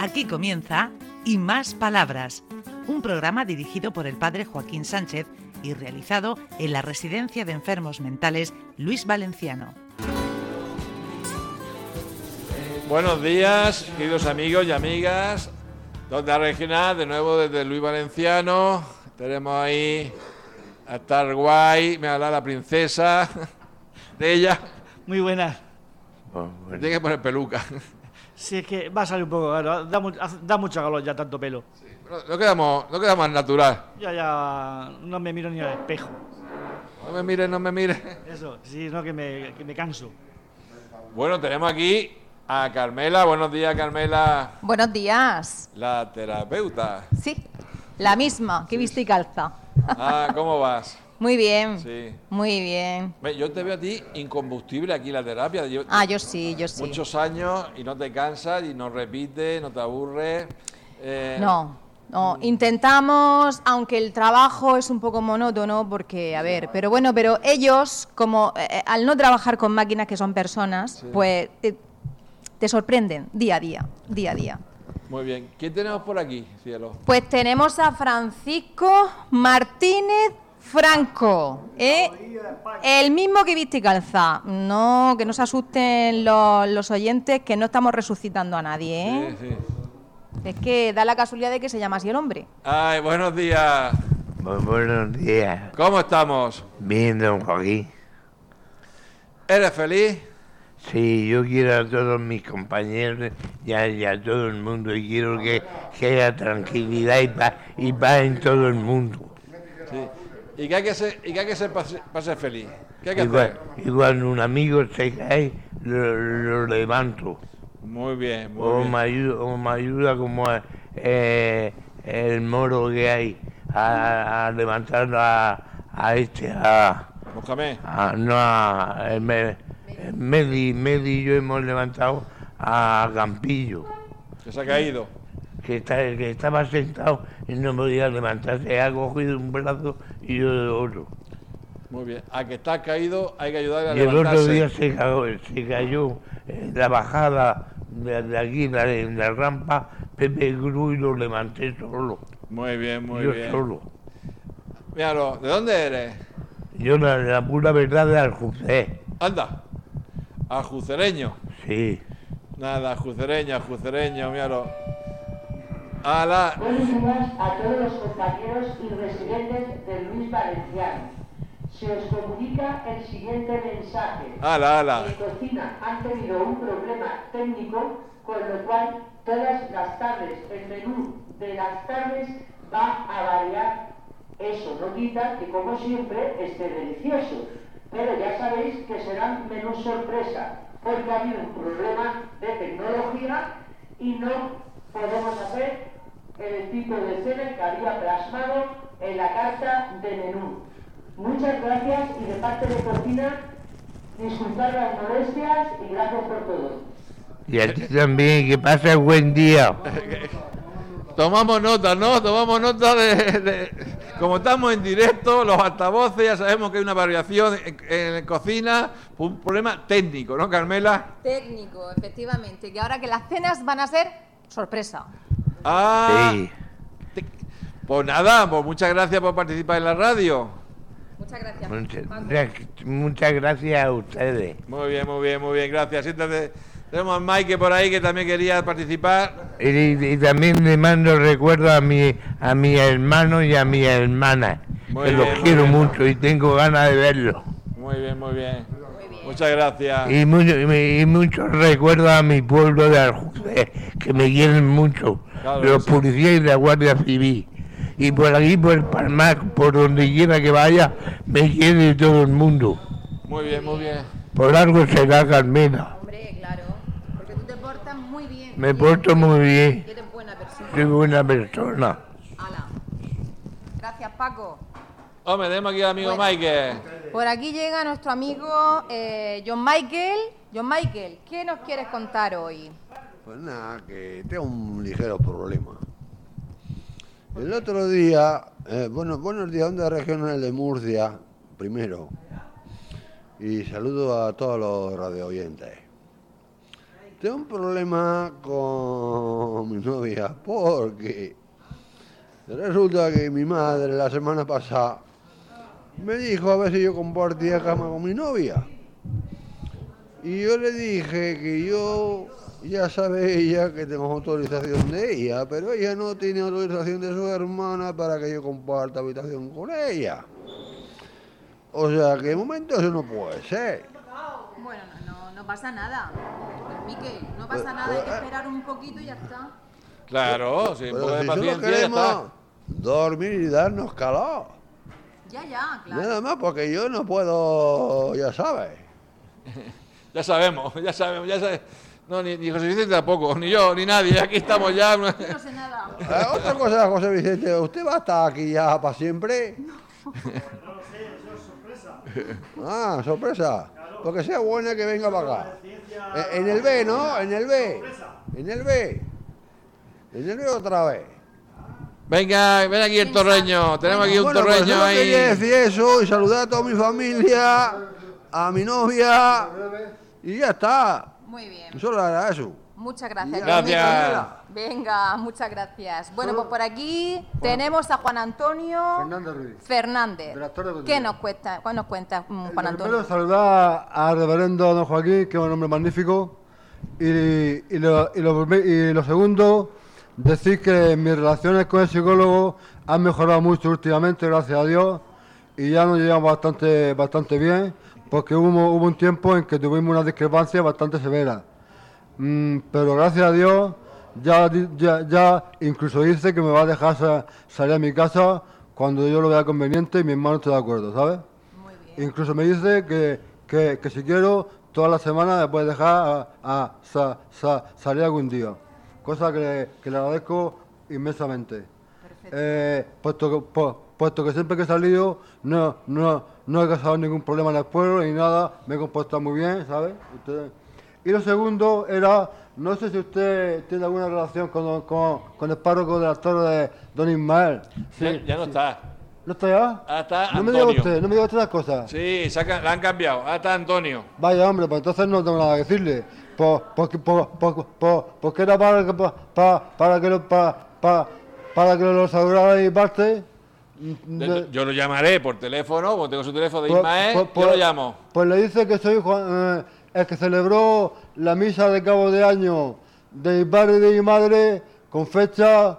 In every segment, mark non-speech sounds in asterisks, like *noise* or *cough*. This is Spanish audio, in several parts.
Aquí comienza Y Más Palabras, un programa dirigido por el padre Joaquín Sánchez y realizado en la Residencia de Enfermos Mentales Luis Valenciano. Buenos días, queridos amigos y amigas. Donde Regional, de nuevo desde Luis Valenciano. Tenemos ahí a Targuay, me habla la princesa *laughs* de ella. Muy buena. Tiene que poner peluca. Si es que va a salir un poco caro. Da, mu- hace- da mucho calor ya tanto pelo. No, no quedamos, no quedamos al natural. Yo ya no me miro ni al espejo. No me mires, no me mires. Eso, sí, no que me, que me canso. Bueno, tenemos aquí a Carmela. Buenos días, Carmela, Buenos días. la terapeuta. Sí, la misma que viste y calza. Ah, ¿cómo vas? Muy bien. Sí. Muy bien. Ve, Yo te veo a ti incombustible aquí en la terapia. Yo- Ah, yo sí, yo sí. muchos años y no te cansas y no repites, no te aburres. eh, No, no. Intentamos, aunque el trabajo es un poco monótono, porque, a ver, pero bueno, pero ellos, como eh, eh, al no trabajar con máquinas que son personas, pues te, te sorprenden día a día, día a día. Muy bien. ¿Quién tenemos por aquí, cielo? Pues tenemos a Francisco Martínez Franco, ¿eh? el mismo que viste y calza. No, que no se asusten los, los oyentes, que no estamos resucitando a nadie. ¿eh? Sí, sí. Es que da la casualidad de que se llama así el hombre. Ay, buenos días. Muy buenos días. ¿Cómo estamos? Bien, don Joaquín. ¿Eres feliz? Sí, yo quiero a todos mis compañeros y a, y a todo el mundo. Y quiero que, que haya tranquilidad y paz, y paz en todo el mundo. Sí. ¿Y qué hay que hacer, y qué hay que hacer para, ser, para ser feliz? ¿Qué hay que Y, hacer? cua- y cuando un amigo se cae, lo, lo levanto. Muy bien, muy O bien. me, ayuda, o me ayuda como a- eh, el moro que hay a, a levantar a, a este, a, Búscame. Ah, no, ah, eh, me- eh, Meli, Meli y yo hemos levantado a Campillo, Que se ha caído. que, está, que estaba sentado y no podía levantarse. Ha cogido un brazo y yo de otro. Muy bien. A que estás caído hay que ayudarle a Y el otro levantarse. día se cayó, se cayó en la bajada de, de aquí, la, en la rampa, Pepe Cruz y lo levanté solo. Muy bien, muy yo bien. solo. Míralo, ¿de dónde eres? Yo la, la pura verdad de Aljucé. Anda. Ajucereño. Sí. Nada, ajucereño, ajucereño, míralo. Ala. Buenos a todos los compañeros y residentes de Luis Valenciano. Se os comunica el siguiente mensaje. Ala, ala. En cocina han tenido un problema técnico, con lo cual todas las tardes el menú de las tardes va a variar. Eso no quita que, como siempre, esté delicioso. Pero ya sabéis que serán menús sorpresa, porque ha habido un problema de tecnología y no podemos hacer el tipo de cena que había plasmado en la carta de menú. Muchas gracias y de parte de cocina Disculpad las molestias y gracias por todo. Y a ti también, que pases buen día. Tomamos nota, ¿no? Tomamos nota de, de- Como estamos en directo, los altavoces, ya sabemos que hay una variación en, en cocina, un problema técnico, ¿no, Carmela? Técnico, efectivamente, que ahora que las cenas van a ser sorpresa. Ah, Sí. te- pues nada, pues muchas gracias por participar en la radio. Muchas gracias. Muchas, muchas gracias a ustedes. Muy bien, muy bien, muy bien, gracias. Siéntate. Tenemos a Mike por ahí que también quería participar. Y, y también le mando recuerdo a mi, a mi hermano y a mi hermana. Muy que los bien, muy quiero bien. mucho y tengo ganas de verlos. Muy bien, muy bien. Muchas gracias. Y, mucho- y muchos recuerdos a mi pueblo de Arjuse, que me quieren mucho. Claro, los sí. policías y la Guardia Civil. Y por aquí, por el Palmar, por donde quiera que vaya, me quiere todo el mundo. Muy bien, muy bien. Por algo será Carmena. Hombre, claro, porque tú te portas muy bien. Me porto muy bien. eres buena Soy persona. buena persona. Gracias, Paco. Hombre, tenemos aquí al amigo Bueno. Mike. Por aquí llega nuestro amigo eh, John Michael. John Michael, ¿qué nos quieres contar hoy? Pues nada, que tengo un ligero problema. El otro día, eh, bueno, buenos días, Onda Regional de Murcia, primero. Y saludo a todos los radioyentes. Tengo un problema con mi novia porque resulta que mi madre la semana pasada me dijo a ver si yo compartía cama con mi novia. Y yo le dije que yo ya sabe ella que tengo autorización de ella, pero ella no tiene autorización de su hermana para que yo comparta habitación con ella. O sea que de momento eso no puede ser. Bueno, no, no, no pasa nada. Miquel, Eh, no pasa nada, hay que esperar un poququito y ya está. Claro, sí, un Pero poco de si solo paciencia y ya queremos está. dormir y darnos calor. Ya, ya, Nada más porque yo no puedo, ya sabes. Ya sabemos, *laughs* ya sabemos, ya sabemos. No, ni, ni José Vicente tampoco, ni yo, ni nadie. Aquí estamos ya. No sé nada. Eh, otra cosa, José Vicente, ¿usted va a estar aquí ya para siempre? *laughs* Ah, sorpresa. Porque sea buena que venga para acá. Eh, En el B, ¿no? En el B. En el B. En el B otra vez. Venga, ven aquí el torreño. Tenemos aquí un Bueno, pues torreño yo Quería ahí. decir eso y saludar a toda mi familia, a mi novia y ya está. Muy bien. Solo era eso. Muchas gracias. Gracias. Domingo. Venga, muchas gracias. Bueno, pues por aquí tenemos a Juan Antonio Fernando Ruiz. Fernández. De la Torre de ¿Qué Rodríguez. nos cuesta? ¿Cuál nos cuenta mm, Juan Primero Antonio? saludar al reverendo don Joaquín, que es un hombre magnífico. Y, y lo, y lo primer- y lo segundo, decir que mis relaciones con el psicólogo han mejorado mucho últimamente, gracias a Dios. Y ya nos llevamos bastante, bastante bien, porque hubo, hubo un tiempo en que tuvimos una discrepancia bastante severa. Mm, pero gracias a Dios, ya, di- ya, ya incluso dice que me va a dejar sa- salir a mi casa cuando yo lo vea conveniente y mi hermano esté de acuerdo, ¿sabes? Incluso me dice que, que, que si quiero, todas las semanas me puede dejar a, a sa- sa- salir algún día. Cosa que le, que le agradezco inmensamente. Eh, puesto, que, pu- puesto que siempre que he salido no, no, no he causado ningún problema en el pueblo ni nada, me he comportado muy bien, ¿sabes? Ustedes- Y lo segundo era, no sé si usted tiene alguna relación con, con, con el párroco de la torre de Don Ismael. Ya, ya no está. ¿No está ya? Ahora está no me diga Antonio. usted, no me diga usted las cosas. Sí, saca- la han cambiado. Ah, está Antonio. Vaya hombre, pues entonces no tengo nada que decirle. Por- Porque por- por- por- porque era para que, pa- pa- para que lo pa- pa- para que lo saludara de mi parte. mm, De- de- Yo lo llamaré por teléfono, como tengo su teléfono de por- Ismael, por- yo por- lo llamo. Pues le dice que soy Juan, eh, el que celebró la misa de cabo de año de mi padre y de mi madre con fecha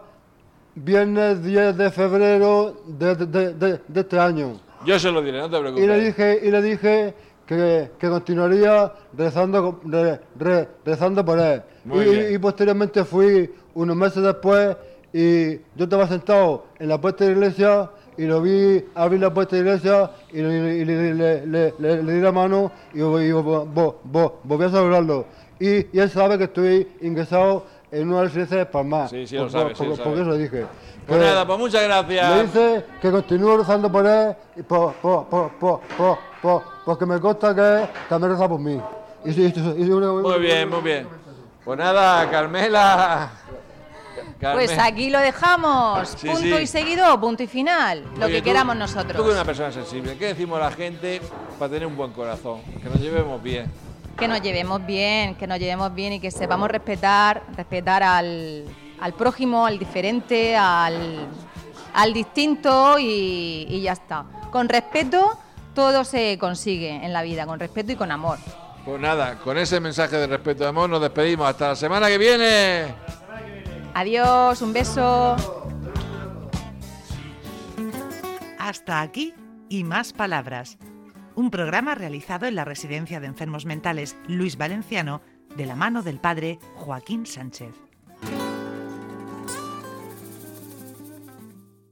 viernes 10 de febrero de- de- de- de este año. Yo se lo diré, no te y le preocupes. dije y le dije que, que continuaría rezando con- re- re- rezando por él Muy y, bien. y posteriormente fui unos meses después y yo estaba sentado en la puerta de la iglesia y lo vi abrir la puerta de la iglesia y le, y le- le- le- le- le di la mano y, vo- y vo- vo- vo- volví a saludarlo y, y él sabe que estoy ingresado en una residencia de Palma Sí, sí, lo sabe, sí, lo sabe. eso le dije Pues Que- nada, pues muchas le gracias. dice que continúo rezando por él y por, por, por, por, por, por- porque me consta que también reza por mí. Y sí, y sí, y sí, una- Muy bien, muy bien. Pues nada, Carmela. Pues Carmen- aquí lo dejamos. Sí, punto sí. y seguido, punto y final. lo Oye, que tú- queramos Tú que eres una nosotros. persona sensible, ¿qué decimos a la gente para tener un buen corazón? Que nos llevemos bien. Que nos llevemos bien, que nos llevemos bien y que sepamos respetar, respetar al, al prójimo, al diferente, al, al distinto y, y ya está. Con respeto todo se consigue en la vida, con respeto y con amor. Pues nada, con ese mensaje de respeto de amor nos despedimos. Hasta la semana que viene. Adiós, un beso. Hasta aquí y más palabras. Un programa realizado en la Residencia de Enfermos Mentales Luis Valenciano de la mano del padre Joaquín Sánchez.